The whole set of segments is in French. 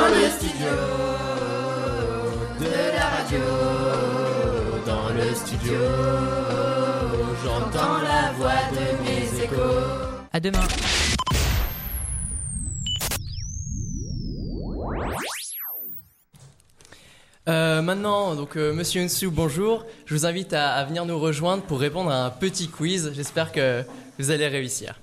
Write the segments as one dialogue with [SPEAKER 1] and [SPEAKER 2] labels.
[SPEAKER 1] radio, de la radio, dans le studio, j'entends la voix de mes échos.
[SPEAKER 2] À demain.
[SPEAKER 3] Euh, maintenant, donc euh, Monsieur Unsu, bonjour. Je vous invite à, à venir nous rejoindre pour répondre à un petit quiz. J'espère que vous allez réussir.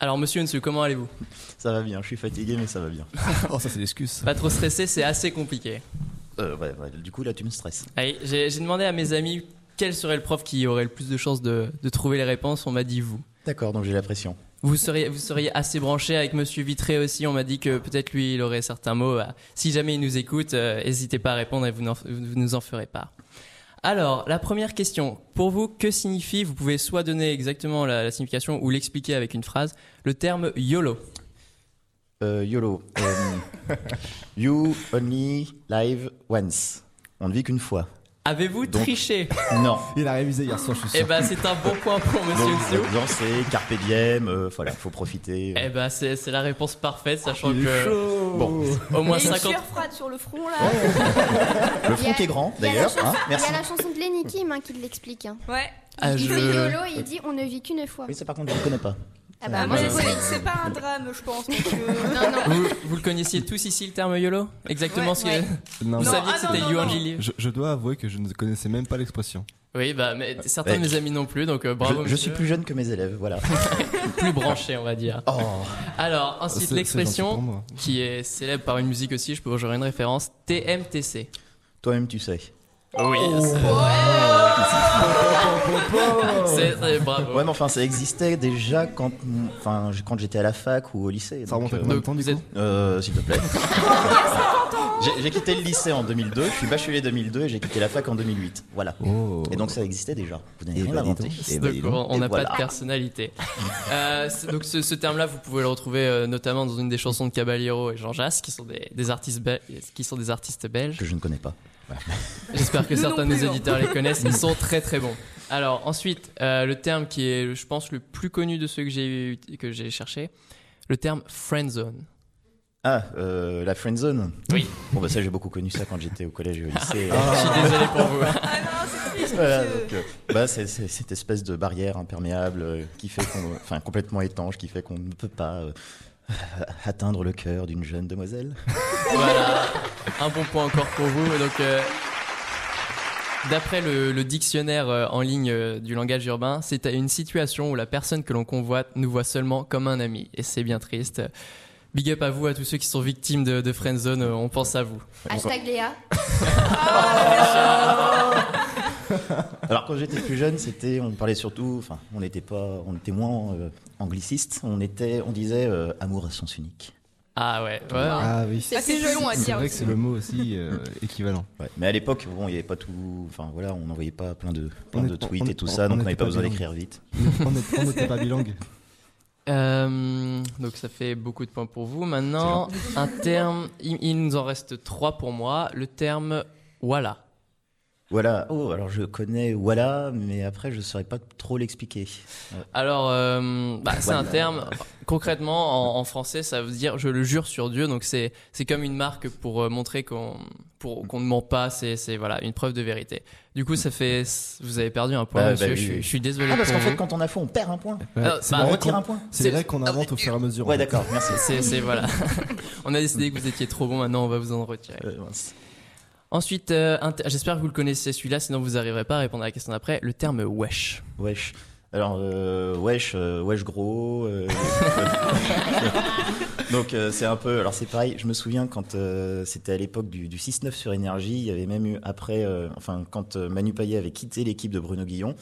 [SPEAKER 3] Alors Monsieur Unsu, comment allez-vous
[SPEAKER 4] Ça va bien, je suis fatigué, mais ça va bien.
[SPEAKER 5] Oh, ça, c'est l'excuse.
[SPEAKER 3] Pas trop stressé, c'est assez compliqué.
[SPEAKER 4] Euh, ouais, ouais, du coup, là, tu me stresses.
[SPEAKER 3] Allez, j'ai j'ai demandé à mes amis quel serait le prof qui aurait le plus de chances de, de trouver les réponses. On m'a dit vous.
[SPEAKER 4] D'accord, donc j'ai la pression.
[SPEAKER 3] Vous seriez, vous seriez assez branché avec Monsieur Vitré aussi. On m'a dit que peut-être lui, il aurait certains mots. à- si jamais il nous écoute, euh, n'hésitez pas à répondre et vous, n'en- vous nous en ferez part. Alors, la première question. Pour vous, que signifie, vous pouvez soit donner exactement la, la signification ou l'expliquer avec une phrase, le terme YOLO
[SPEAKER 4] Euh, YOLO. euh, you only live once. On ne vit qu'une fois.
[SPEAKER 3] Avez-vous
[SPEAKER 4] Donc-
[SPEAKER 3] triché
[SPEAKER 4] Non.
[SPEAKER 5] Il a révisé hier soir, je suis sûr.
[SPEAKER 3] Eh ben, c'est un bon point pour Monsieur
[SPEAKER 4] Donc,
[SPEAKER 5] euh,
[SPEAKER 3] Nsou.
[SPEAKER 4] là-dedans, c'est carpe diem, euh, voilà, faut profiter. Euh,
[SPEAKER 3] Eh ben, c'est c'est la réponse parfaite, sachant
[SPEAKER 5] Il est
[SPEAKER 3] que
[SPEAKER 5] chaud.
[SPEAKER 4] Bon.
[SPEAKER 3] au
[SPEAKER 6] Il y a
[SPEAKER 3] moins
[SPEAKER 6] une
[SPEAKER 3] 50
[SPEAKER 6] sueur froide sur le front là.
[SPEAKER 4] Le front
[SPEAKER 7] Il y a-
[SPEAKER 4] est grand,
[SPEAKER 7] Il y a la
[SPEAKER 4] d'ailleurs.
[SPEAKER 7] chanson-
[SPEAKER 4] hein, merci.
[SPEAKER 7] Il y a la chanson de Lenny Kim hein, qui l'explique. hein.
[SPEAKER 6] Ouais.
[SPEAKER 3] Ah,
[SPEAKER 7] Il
[SPEAKER 3] je-
[SPEAKER 7] dit YOLO et il dit on ne vit qu'une fois.
[SPEAKER 4] Oui, ça, par contre, je ne connais pas.
[SPEAKER 7] Ah
[SPEAKER 4] Ah,
[SPEAKER 7] bah moi
[SPEAKER 6] Moi
[SPEAKER 4] voilà.
[SPEAKER 7] je
[SPEAKER 6] je
[SPEAKER 7] connais.
[SPEAKER 6] sais que c'est pas un drame, je pense. euh, Parce que...
[SPEAKER 7] Non, non.
[SPEAKER 3] Vous, vous le connaissiez tous ici le terme YOLO Exactement
[SPEAKER 6] Ouais,
[SPEAKER 3] ce que
[SPEAKER 6] ouais.
[SPEAKER 5] Non,
[SPEAKER 6] Non,
[SPEAKER 3] vous saviez que
[SPEAKER 6] ah, non,
[SPEAKER 3] c'était
[SPEAKER 6] non,
[SPEAKER 3] You
[SPEAKER 6] non.
[SPEAKER 3] Only Live.
[SPEAKER 5] Je, je dois avouer que je ne connaissais même pas l'expression.
[SPEAKER 3] Oui, bah mais certains de
[SPEAKER 4] Ouais.
[SPEAKER 3] mes amis non plus, donc euh, bravo.
[SPEAKER 4] Je, je suis
[SPEAKER 3] monsieur.
[SPEAKER 4] plus jeune que mes élèves, voilà.
[SPEAKER 3] plus branché, on va dire.
[SPEAKER 4] Oh,
[SPEAKER 3] Alors
[SPEAKER 5] Ah, C'est-
[SPEAKER 3] ensuite
[SPEAKER 5] c'est gentil pour
[SPEAKER 3] l'expression
[SPEAKER 5] moi.
[SPEAKER 3] qui est célèbre par une musique aussi, je peux j'aurai une référence TMTC.
[SPEAKER 4] toi-même, tu sais.
[SPEAKER 3] Oui,
[SPEAKER 5] Oh.
[SPEAKER 3] c'est c'est- bravo.
[SPEAKER 4] Ouais, mais enfin, ça existait déjà quand, enfin, je- quand j'étais à la fac ou au lycée.
[SPEAKER 5] Ça
[SPEAKER 4] donc,
[SPEAKER 5] remonte à
[SPEAKER 4] euh,
[SPEAKER 5] combien de
[SPEAKER 3] Donc,
[SPEAKER 5] temps, du
[SPEAKER 3] vous
[SPEAKER 5] coup
[SPEAKER 3] êtes-
[SPEAKER 4] Euh, s'il te plaît. J'ai- j'ai quitté le lycée en 2002, je suis bachelier 2002 et j'ai quitté la fac en 2008. Voilà.
[SPEAKER 5] Oh.
[SPEAKER 4] Et donc ça existait déjà. Vous n'avez
[SPEAKER 5] Eh
[SPEAKER 4] rien
[SPEAKER 5] bah, dis
[SPEAKER 4] inventé.
[SPEAKER 5] donc.
[SPEAKER 4] Eh bah,
[SPEAKER 3] Donc,
[SPEAKER 4] dis donc.
[SPEAKER 3] on on
[SPEAKER 4] Et
[SPEAKER 3] n'a
[SPEAKER 4] voilà.
[SPEAKER 3] pas de personnalité. Euh, c'est- donc ce, ce terme-là, vous pouvez le retrouver euh, notamment dans une des chansons de Caballero et Jean Jass, qui sont des, des artistes bel- qui sont des artistes
[SPEAKER 5] Eh
[SPEAKER 3] belges.
[SPEAKER 4] Que je ne connais pas.
[SPEAKER 3] J'espère que
[SPEAKER 6] Nous
[SPEAKER 3] certains
[SPEAKER 6] non
[SPEAKER 3] de
[SPEAKER 6] plus,
[SPEAKER 3] nos
[SPEAKER 6] hein.
[SPEAKER 3] auditeurs les connaissent, ils sont très très bons. Alors ensuite, euh, le terme qui est, je pense, le plus connu de ceux que j'ai eu- que j'ai cherché, le terme friendzone.
[SPEAKER 4] Ah, euh, la friend zone.
[SPEAKER 3] Oui.
[SPEAKER 4] Bon bah ça j'ai beaucoup connu ça quand j'étais au collège et au lycée.
[SPEAKER 3] Je suis désolé pour vous.
[SPEAKER 6] Ah non, c'est triste.
[SPEAKER 4] Voilà,
[SPEAKER 6] monsieur.
[SPEAKER 4] donc, euh, bah, c'est c'est cette espèce de barrière imperméable euh, qui fait qu'on, enfin complètement étanche, qui fait qu'on ne peut pas euh, atteindre le cœur d'une jeune demoiselle.
[SPEAKER 3] Voilà, un bon point encore pour vous. Et Donc, euh, d'après le, le dictionnaire euh, en ligne euh, du langage urbain, c'est une situation où la personne que l'on convoite nous voit seulement comme un ami, et c'est bien triste. Big up à vous, à tous ceux qui sont victimes de, de friendzone, euh, on pense à vous.
[SPEAKER 7] Hashtag Léa.
[SPEAKER 4] Alors quand j'étais plus jeune, c'était, on parlait surtout, enfin, on n'était pas, on était moins euh, angliciste, on était, on disait euh, amour à sens unique.
[SPEAKER 3] Ah ouais, ouais.
[SPEAKER 5] Ah oui.
[SPEAKER 6] Ah, C'est plus long à
[SPEAKER 5] C'est
[SPEAKER 6] dire.
[SPEAKER 5] vrai que c'est le mot aussi euh, équivalent.
[SPEAKER 4] Ouais. Mais à l'époque, bon, il n'y avait pas tout, enfin voilà, on n'envoyait pas plein de, plein
[SPEAKER 5] On
[SPEAKER 4] de
[SPEAKER 5] est- on-
[SPEAKER 4] tweets et tout
[SPEAKER 5] on-
[SPEAKER 4] ça,
[SPEAKER 5] on
[SPEAKER 4] donc on n'avait
[SPEAKER 5] était
[SPEAKER 4] pas
[SPEAKER 5] pas
[SPEAKER 4] besoin
[SPEAKER 5] bilingue.
[SPEAKER 4] d'écrire vite.
[SPEAKER 5] On n'est- on n'était pas bilingue.
[SPEAKER 3] Euh, donc ça fait beaucoup de points pour vous. Maintenant, un terme, il, il nous en reste trois pour moi. Le terme voilà.
[SPEAKER 4] Voilà. Oh, alors je connais voilà, mais après je saurais pas trop l'expliquer.
[SPEAKER 3] Alors, euh, bah, c'est un
[SPEAKER 4] Voilà.
[SPEAKER 3] terme, concrètement, en, en français, ça veut dire je le jure sur Dieu. Donc c'est c'est comme une marque pour euh, montrer qu'on pour qu'on ne ment pas. C'est c'est, voilà une preuve de vérité. Du coup, ça fait vous avez perdu un point,
[SPEAKER 4] Bah, bah
[SPEAKER 3] monsieur.
[SPEAKER 4] oui,
[SPEAKER 3] je, suis-
[SPEAKER 4] oui.
[SPEAKER 3] je suis désolé.
[SPEAKER 4] Ah parce
[SPEAKER 3] pour
[SPEAKER 4] qu'en fait
[SPEAKER 3] vous.
[SPEAKER 4] quand on a faux, on perd un point.
[SPEAKER 5] Ouais,
[SPEAKER 3] Ah,
[SPEAKER 5] c'est
[SPEAKER 3] bah,
[SPEAKER 4] On
[SPEAKER 5] vrai
[SPEAKER 4] retire
[SPEAKER 5] qu'on-
[SPEAKER 4] un point.
[SPEAKER 5] C'est
[SPEAKER 3] C'est-
[SPEAKER 5] vrai qu'on invente au fur et à mesure. Oh.
[SPEAKER 4] Ouais
[SPEAKER 5] en fait.
[SPEAKER 4] d'accord, merci.
[SPEAKER 3] c'est c'est- voilà. on a décidé que vous étiez trop bon. Maintenant, on va vous en retirer.
[SPEAKER 4] Euh, mince.
[SPEAKER 3] Ensuite, euh, un ter- j'espère que vous le connaissez celui-là, sinon vous n'arriverez pas à répondre à la question d'après. Le terme wesh.
[SPEAKER 4] Wesh. Alors, euh, wesh, euh, wesh gros. euh, Donc, euh, c'est un peu. Alors, c'est pareil, je me souviens quand euh, c'était à l'époque du, du 6-9 sur Énergie, il y avait même eu après. euh, enfin, quand euh, Manu Payet avait quitté l'équipe de Bruno Guillon,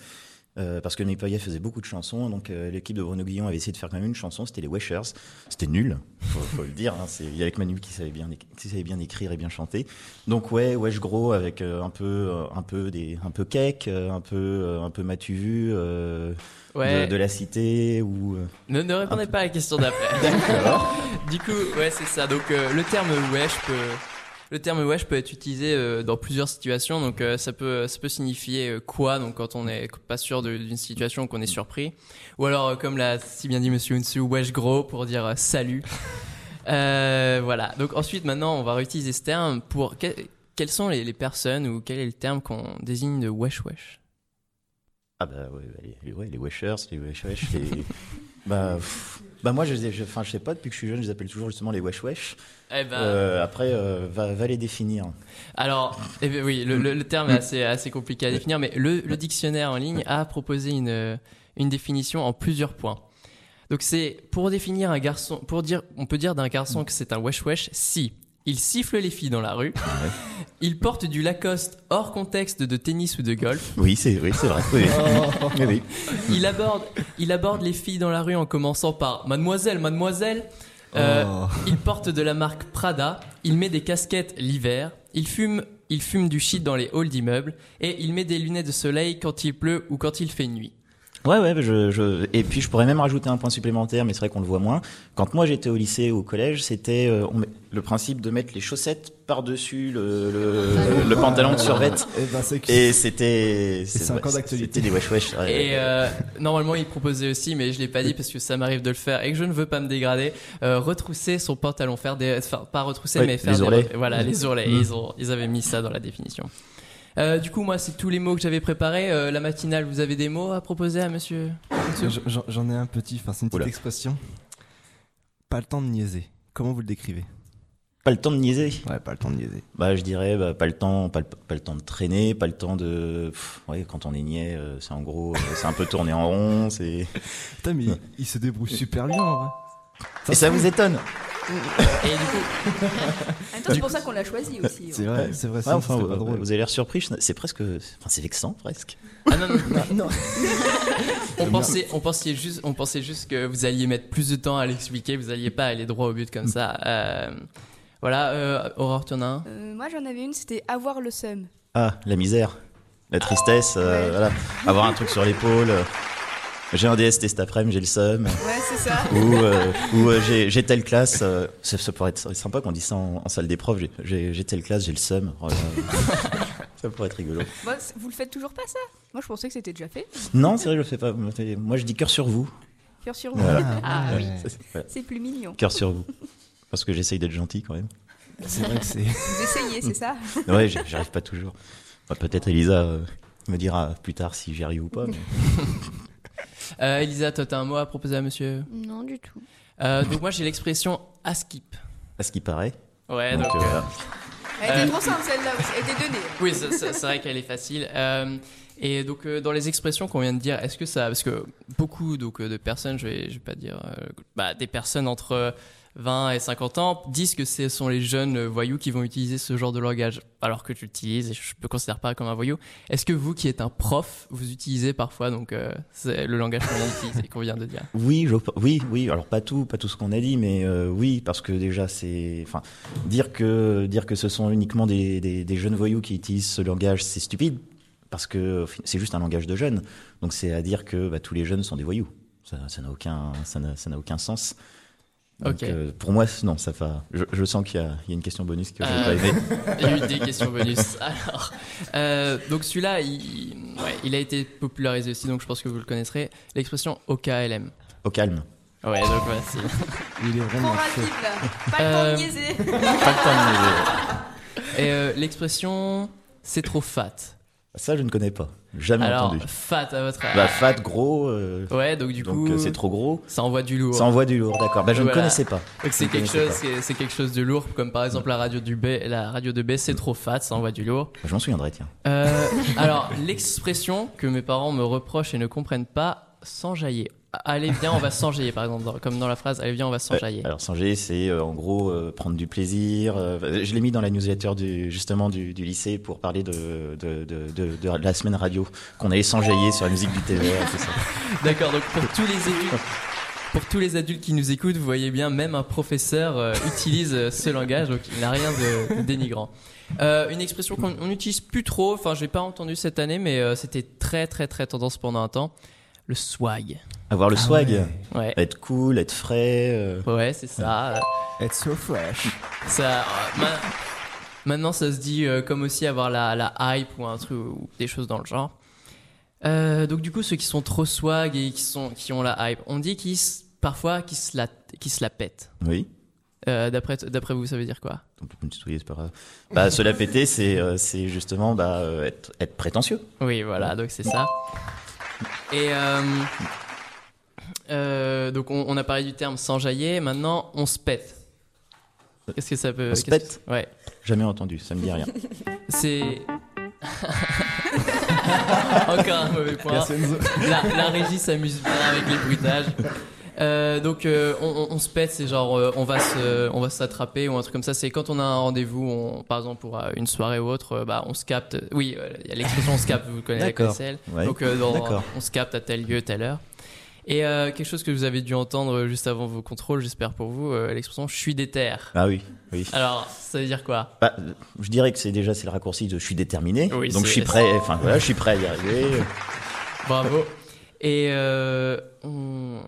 [SPEAKER 4] euh, parce que Manu Payet faisait beaucoup de chansons, donc euh, l'équipe de Bruno Guillon avait essayé de faire quand même une chanson, c'était les Weshers. C'était nul, faut, faut le dire. hein, c'est- Il y avait que Manu qui savait, bien, éc- qui savait bien écrire et bien chanter. Donc ouais, wesh gros avec euh, un peu, euh, un peu des, un peu cake, euh, un peu, euh, un peu m'as-tu vu euh,
[SPEAKER 3] Ouais.
[SPEAKER 4] de, de la cité ou. euh,
[SPEAKER 3] Ne, ne répondez pas à la question d'après. du coup, ouais, c'est ça. Donc, euh, le terme wesh peut. Le terme wesh peut être utilisé euh, dans plusieurs situations, donc euh, ça peut ça peut signifier euh, quoi, donc quand on n'est pas sûr de- d'une situation, qu'on est surpris, ou alors euh, comme l'a si bien dit Monsieur Unsu, wesh gros pour dire euh, salut. Euh, voilà. Donc ensuite, maintenant, on va réutiliser ce terme pour que- quelles sont les, les personnes ou quel est le terme qu'on désigne de wesh wesh.
[SPEAKER 4] Ah bah ouais, bah, les, les- ouais, les weshers, les wesh wesh, les... bah, pff, bah moi je, les ai- je, enfin, je sais pas, depuis que je suis jeune, je les appelle toujours justement les wesh wesh.
[SPEAKER 3] Eh ben,
[SPEAKER 4] Euh, après, euh, va, va les définir.
[SPEAKER 3] alors, eh ben oui, le, le- le terme est assez assez compliqué à définir, mais le, le dictionnaire en ligne a proposé une euh, une définition en plusieurs points. Donc c'est pour définir un garçon, pour dire, on peut dire d'un garçon que c'est un wesh wesh si il siffle les filles dans la rue, il porte du Lacoste hors contexte de tennis ou de golf.
[SPEAKER 4] Oui, c'est oui, c'est vrai. Oui, oui. oui.
[SPEAKER 3] Il aborde, il aborde les filles dans la rue en commençant par Mademoiselle, Mademoiselle. Euh,
[SPEAKER 5] Oh.
[SPEAKER 3] Il porte de la marque Prada. Il met des casquettes l'hiver. Il fume, il fume du shit dans les halls d'immeubles et il met des lunettes de soleil quand il pleut ou quand il fait nuit.
[SPEAKER 4] Ouais, ouais, bah, je, je... et puis je pourrais même rajouter un point supplémentaire, mais c'est vrai qu'on le voit moins. Quand moi j'étais au lycée ou au collège, c'était euh, on met- le principe de mettre les chaussettes par-dessus le, le, le pantalon de survêt.
[SPEAKER 5] Eh ben, c'est que-
[SPEAKER 4] Et c'était.
[SPEAKER 5] c'est encore d'actualité.
[SPEAKER 4] C'était des wesh wesh. ouais, ouais.
[SPEAKER 3] Et euh, normalement, il proposait aussi, mais je l'ai pas dit parce que ça m'arrive de le faire et que je ne veux pas me dégrader. euh, retrousser son pantalon, faire des, enfin, pas retrousser,
[SPEAKER 4] Oui,
[SPEAKER 3] mais faire
[SPEAKER 4] les
[SPEAKER 3] des-
[SPEAKER 4] ourlets. Mm.
[SPEAKER 3] voilà, les ourlets. Ils ont, ils avaient mis ça dans la définition. Euh, du coup, moi, c'est tous les mots que j'avais préparés. Euh, la matinale, vous avez des mots à proposer à Monsieur
[SPEAKER 5] J'en- J'en j'en ai un petit, enfin c'est une petite
[SPEAKER 4] Oula.
[SPEAKER 5] expression. Pas le temps de niaiser. Comment vous le décrivez
[SPEAKER 4] Pas le temps de niaiser.
[SPEAKER 5] Ouais, pas le temps de niaiser.
[SPEAKER 4] Bah, je dirais bah, pas le temps, pas le, pas le temps de traîner, pas le temps de. Pff, ouais, quand on est niais, euh, c'est en gros, euh, c'est un peu tourné en rond, c'est.
[SPEAKER 5] Putain, mais il- il se débrouille super bien en vrai.
[SPEAKER 4] Et ça vous étonne
[SPEAKER 3] Et du coup,
[SPEAKER 6] En même temps, c'est pour ça qu'on l'a choisi aussi.
[SPEAKER 5] C'est vrai, c'est vrai,
[SPEAKER 4] Ouais,
[SPEAKER 5] ça
[SPEAKER 4] enfin,
[SPEAKER 5] c'est
[SPEAKER 4] vous,
[SPEAKER 5] pas drôle.
[SPEAKER 4] vous avez l'air surpris. je- C'est presque, enfin, c'est vexant presque.
[SPEAKER 3] ah non, non, non. on pensait, on pensait juste, on pensait juste que vous alliez mettre plus de temps à l'expliquer. Vous alliez pas aller droit au but comme ça. Euh, voilà, euh, Aurore, tu en as un.
[SPEAKER 6] Euh, moi, j'en avais une, c'était avoir le seum.
[SPEAKER 4] Ah, la misère, la tristesse, euh,
[SPEAKER 6] Ouais.
[SPEAKER 4] voilà. Avoir un truc sur l'épaule. euh, J'ai un DST cet après-midi, j'ai le seum.
[SPEAKER 6] Ouais, c'est ça.
[SPEAKER 4] ou euh, ou euh, j'ai, j'ai telle classe. euh, ça, ça pourrait être sympa qu'on dise ça en, en salle des profs. J'ai, j'ai, j'ai telle classe, j'ai le seum. Oh là là. ça pourrait être rigolo.
[SPEAKER 6] Moi, c'est- vous le faites toujours pas, ça Moi, je pensais que c'était déjà fait.
[SPEAKER 4] Non, c'est vrai, je le fais pas. Moi, je dis cœur sur vous.
[SPEAKER 6] Cœur sur vous.
[SPEAKER 4] Voilà.
[SPEAKER 5] Ah,
[SPEAKER 6] Ah,
[SPEAKER 5] ouais.
[SPEAKER 6] oui.
[SPEAKER 4] Ça, c'est- voilà.
[SPEAKER 6] C'est plus mignon.
[SPEAKER 4] Cœur sur vous. Parce que j'essaye d'être gentil quand même.
[SPEAKER 5] C'est vrai que c'est.
[SPEAKER 6] Vous essayez, c'est ça
[SPEAKER 4] Ouais, j'y j'y arrive pas toujours. Enfin, Peut-être Elisa euh, me dira plus tard si j'y arrive ou pas. mais-
[SPEAKER 3] Euh, Elisa, toi, t'as un mot à proposer à Monsieur
[SPEAKER 7] Non, du tout.
[SPEAKER 3] Euh, donc moi j'ai l'expression à skip.
[SPEAKER 4] À ce qui paraît.
[SPEAKER 3] Ouais,
[SPEAKER 4] Donc,
[SPEAKER 3] donc,
[SPEAKER 4] euh,
[SPEAKER 3] euh,
[SPEAKER 4] voilà.
[SPEAKER 6] Elle
[SPEAKER 3] Euh.
[SPEAKER 6] était trop simple, celle-là. aussi. Elle était donnée.
[SPEAKER 3] oui, ça- ça- c'est vrai qu'elle est facile. Euh, et donc euh, dans les expressions qu'on vient de dire, est-ce que ça, parce que beaucoup donc euh, de personnes, je vais, je vais pas dire, euh, bah, des personnes entre euh, 20 et 50 ans disent que ce sont les jeunes euh, voyous qui vont utiliser ce genre de langage, alors que tu l'utilises et je ne considère pas comme un voyou. Est-ce que vous qui êtes un prof, vous utilisez parfois donc euh, c'est le langage qu'on vient d'utiliser, qu'on vient de dire
[SPEAKER 4] Oui, je- oui, oui. Alors pas tout, pas tout ce qu'on a dit, mais euh, oui, parce que déjà c'est, enfin, dire que dire que ce sont uniquement des, des, des jeunes voyous qui utilisent ce langage, c'est stupide, parce que au fin- c'est juste un langage de jeunes. Donc c'est à dire que bah, tous les jeunes sont des voyous. Ça ça n'a aucun, ça n'a ça n'a aucun sens. Donc,
[SPEAKER 3] Ok.
[SPEAKER 4] euh, pour moi, non, ça va. Je, je sens qu'il y, a- il y a une question bonus que je n'ai
[SPEAKER 3] Euh,
[SPEAKER 4] pas aimée.
[SPEAKER 3] Il y a eu des questions bonus. Alors, euh, donc celui-là, il, ouais, il a été popularisé aussi, donc je pense que vous le connaîtrez. L'expression OKLM.
[SPEAKER 4] Au calme.
[SPEAKER 3] Ouais, donc voilà, c'est
[SPEAKER 5] Il est
[SPEAKER 6] Trop
[SPEAKER 5] vraiment chaud.
[SPEAKER 6] rapide, là. Pas le temps
[SPEAKER 3] Euh.
[SPEAKER 6] de niaiser.
[SPEAKER 4] Pas le temps de niaiser.
[SPEAKER 3] Et euh, l'expression c'est trop fat.
[SPEAKER 4] Ça, je ne connais pas. Jamais
[SPEAKER 3] Alors,
[SPEAKER 4] entendu.
[SPEAKER 3] fat à votre avis.
[SPEAKER 4] Bah, fat, gros. euh,
[SPEAKER 3] ouais, donc du
[SPEAKER 4] donc
[SPEAKER 3] coup,
[SPEAKER 4] euh, c'est trop gros.
[SPEAKER 3] ça envoie du lourd.
[SPEAKER 4] Ça envoie du lourd, d'accord. Bah, je
[SPEAKER 3] Voilà.
[SPEAKER 4] ne connaissais pas.
[SPEAKER 3] Donc c'est
[SPEAKER 4] Je ne
[SPEAKER 3] quelque chose,
[SPEAKER 4] connaissais pas.
[SPEAKER 3] c'est c'est quelque chose de lourd, comme par exemple la radio du B, la radio de B, c'est trop fat, ça envoie du lourd.
[SPEAKER 4] Je m'en souviendrai, tiens.
[SPEAKER 3] Euh, alors, l'expression que mes parents me reprochent et ne comprennent pas, s'enjailler. Allez, viens, on va s'enjailler, par exemple, dans- comme dans la phrase Allez, viens, on va s'enjailler.
[SPEAKER 4] Euh, alors, s'enjailler, c'est euh, en gros euh, prendre du plaisir. euh, je l'ai mis dans la newsletter du, justement du, du lycée pour parler de, de, de, de- de la semaine radio qu'on allait s'enjailler sur la musique du TVR. tout ça.
[SPEAKER 3] D'accord, donc pour tous les adultes. Pour tous les adultes qui nous écoutent, vous voyez bien, même un professeur euh, utilise euh, ce langage, donc il n'a rien de, de dénigrant. Euh, une expression qu'on on n'utilise plus trop, enfin j'ai pas entendu cette année, mais euh, c'était très très très tendance pendant un temps, le swag.
[SPEAKER 4] Avoir le swag,
[SPEAKER 3] Ah
[SPEAKER 5] Ah
[SPEAKER 3] Ouais,
[SPEAKER 4] être cool, être frais. euh,
[SPEAKER 3] ouais c'est ça.
[SPEAKER 5] It's so fresh.
[SPEAKER 3] Ça, euh, ma- Maintenant, ça se dit euh, comme aussi avoir la, la hype ou un truc ou des choses dans le genre. Euh, donc du coup, ceux qui sont trop swag et qui sont qui ont la hype, on dit qu'ils s- parfois qu'ils se la qu'ils se la pètent.
[SPEAKER 4] Oui.
[SPEAKER 3] Euh, d'après d'après vous, ça veut dire quoi
[SPEAKER 4] On peut me tutoyer, c'est pas grave. Bah, se la péter, c'est euh, c'est justement bah, euh, être, être prétentieux.
[SPEAKER 3] Oui, voilà, donc c'est ça. Et euh, euh, donc on, on a parlé du terme s'enjailler, maintenant on se pète. Qu'est-ce que ça peut.
[SPEAKER 4] On se
[SPEAKER 3] qu'est-ce
[SPEAKER 4] pète
[SPEAKER 3] que- Ouais.
[SPEAKER 4] Jamais entendu, ça me dit rien.
[SPEAKER 3] C'est. Encore un mauvais point. La, la régie s'amuse bien avec les bruitages. Euh, donc euh, on, on- on se pète, c'est genre euh, on va se, on va s'attraper ou un truc comme ça. C'est quand on a un rendez-vous, on, par exemple pour euh, une soirée ou autre, euh, bah on se capte. Oui, euh, il y a l'expression on se capte, vous connaissez,
[SPEAKER 4] D'accord.
[SPEAKER 3] connaissez-elle.
[SPEAKER 4] Ouais.
[SPEAKER 3] Donc euh, dans-
[SPEAKER 4] D'accord.
[SPEAKER 3] on se capte à tel lieu, telle heure. Et euh, quelque chose que vous avez dû entendre euh, juste avant vos contrôles, j'espère pour vous, euh, l'expression je suis déter.
[SPEAKER 4] Ah oui, oui.
[SPEAKER 3] Alors ça veut dire quoi
[SPEAKER 4] Bah, euh, je dirais que c'est déjà c'est le raccourci de je suis déterminé,
[SPEAKER 3] Oui, c'est-
[SPEAKER 4] donc je suis prêt. Enfin voilà, je suis prêt à y arriver.
[SPEAKER 3] Bravo. Et euh, on-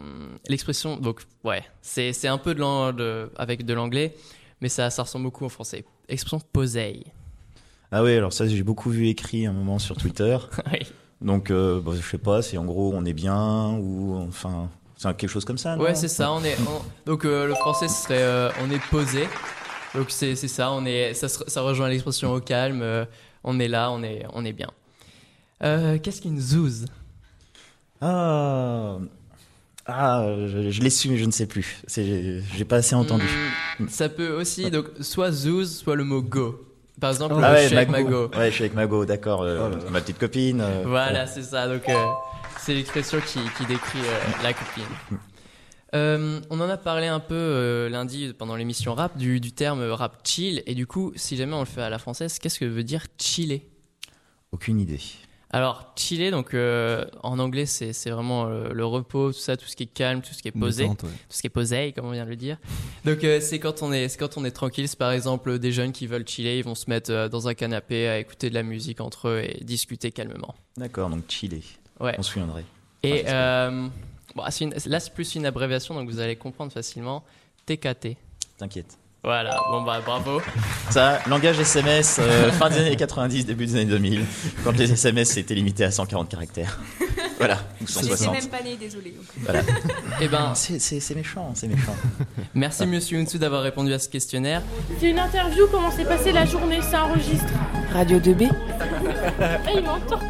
[SPEAKER 3] l'expression, donc ouais, c'est c'est un peu de l'an- de- avec de l'anglais, mais ça, ça ressemble beaucoup en français. Expression poseille.
[SPEAKER 4] Ah oui, alors ça j'ai beaucoup vu écrit un moment sur Twitter.
[SPEAKER 3] Oui.
[SPEAKER 4] Donc euh, bah, je sais pas, c'est en gros on est bien ou enfin c'est un- quelque chose comme ça. Ah non
[SPEAKER 3] Ouais, c'est ça. On est on- donc euh, le français ce serait euh, on est posé. Donc c'est c'est ça. On est ça, se- ça rejoint l'expression au calme. euh, on est là, on est on est bien. Euh, Qu'est-ce qu'une zouze
[SPEAKER 4] Ah, ah, je, je l'ai su mais je ne sais plus. C'est j'ai pas assez entendu.
[SPEAKER 3] Mm, Ça peut aussi donc soit zouze, soit le mot go. Par exemple,
[SPEAKER 4] Ah
[SPEAKER 3] le
[SPEAKER 4] ouais,
[SPEAKER 3] chèque
[SPEAKER 4] Mago.
[SPEAKER 3] mago.
[SPEAKER 4] Ouais, je suis avec Mago, d'accord. euh, Ma petite copine. euh,
[SPEAKER 3] Voilà, c'est ça. Donc, euh, c'est l'expression qui, qui décrit euh, la copine. Euh, on en a parlé un peu euh, lundi pendant l'émission rap du, du terme euh, rap chill. Et du coup, si jamais on le fait à la française, qu'est-ce que veut dire chiller
[SPEAKER 4] Aucune idée.
[SPEAKER 3] Alors, chiller, donc euh, en anglais, c'est c'est vraiment euh, le repos, tout ça, tout ce qui est calme, tout ce qui est posé
[SPEAKER 5] Détente, ouais.
[SPEAKER 3] tout ce qui est poseille, comme on vient de le dire. Donc euh, c'est quand on est, c'est quand on est tranquille. C'est par exemple des jeunes qui veulent chiller, ils vont se mettre euh, dans un canapé à écouter de la musique entre eux et discuter calmement.
[SPEAKER 4] D'accord, donc chiller.
[SPEAKER 3] Ouais.
[SPEAKER 4] On se souviendrait.
[SPEAKER 3] Et
[SPEAKER 4] Ah, c'est
[SPEAKER 3] euh, bon, c'est une- là c'est plus une abréviation, donc vous allez comprendre facilement. TKT.
[SPEAKER 4] T'inquiète.
[SPEAKER 3] Voilà. Bon bah bravo.
[SPEAKER 4] Ça, langage SMS, euh, fin des années 90, début des années 2000, quand les SMS étaient limités à 140 caractères. Voilà, ou
[SPEAKER 6] J'étais
[SPEAKER 4] 160.
[SPEAKER 6] même pas née, désolé.
[SPEAKER 3] Et ben
[SPEAKER 4] C'est- C'est c'est méchant, c'est méchant.
[SPEAKER 3] merci Monsieur Unsu d'avoir répondu à ce questionnaire.
[SPEAKER 2] C'est une interview, comment s'est passée la journée, ça enregistre.
[SPEAKER 8] Radio 2B.
[SPEAKER 2] Et il m'entend.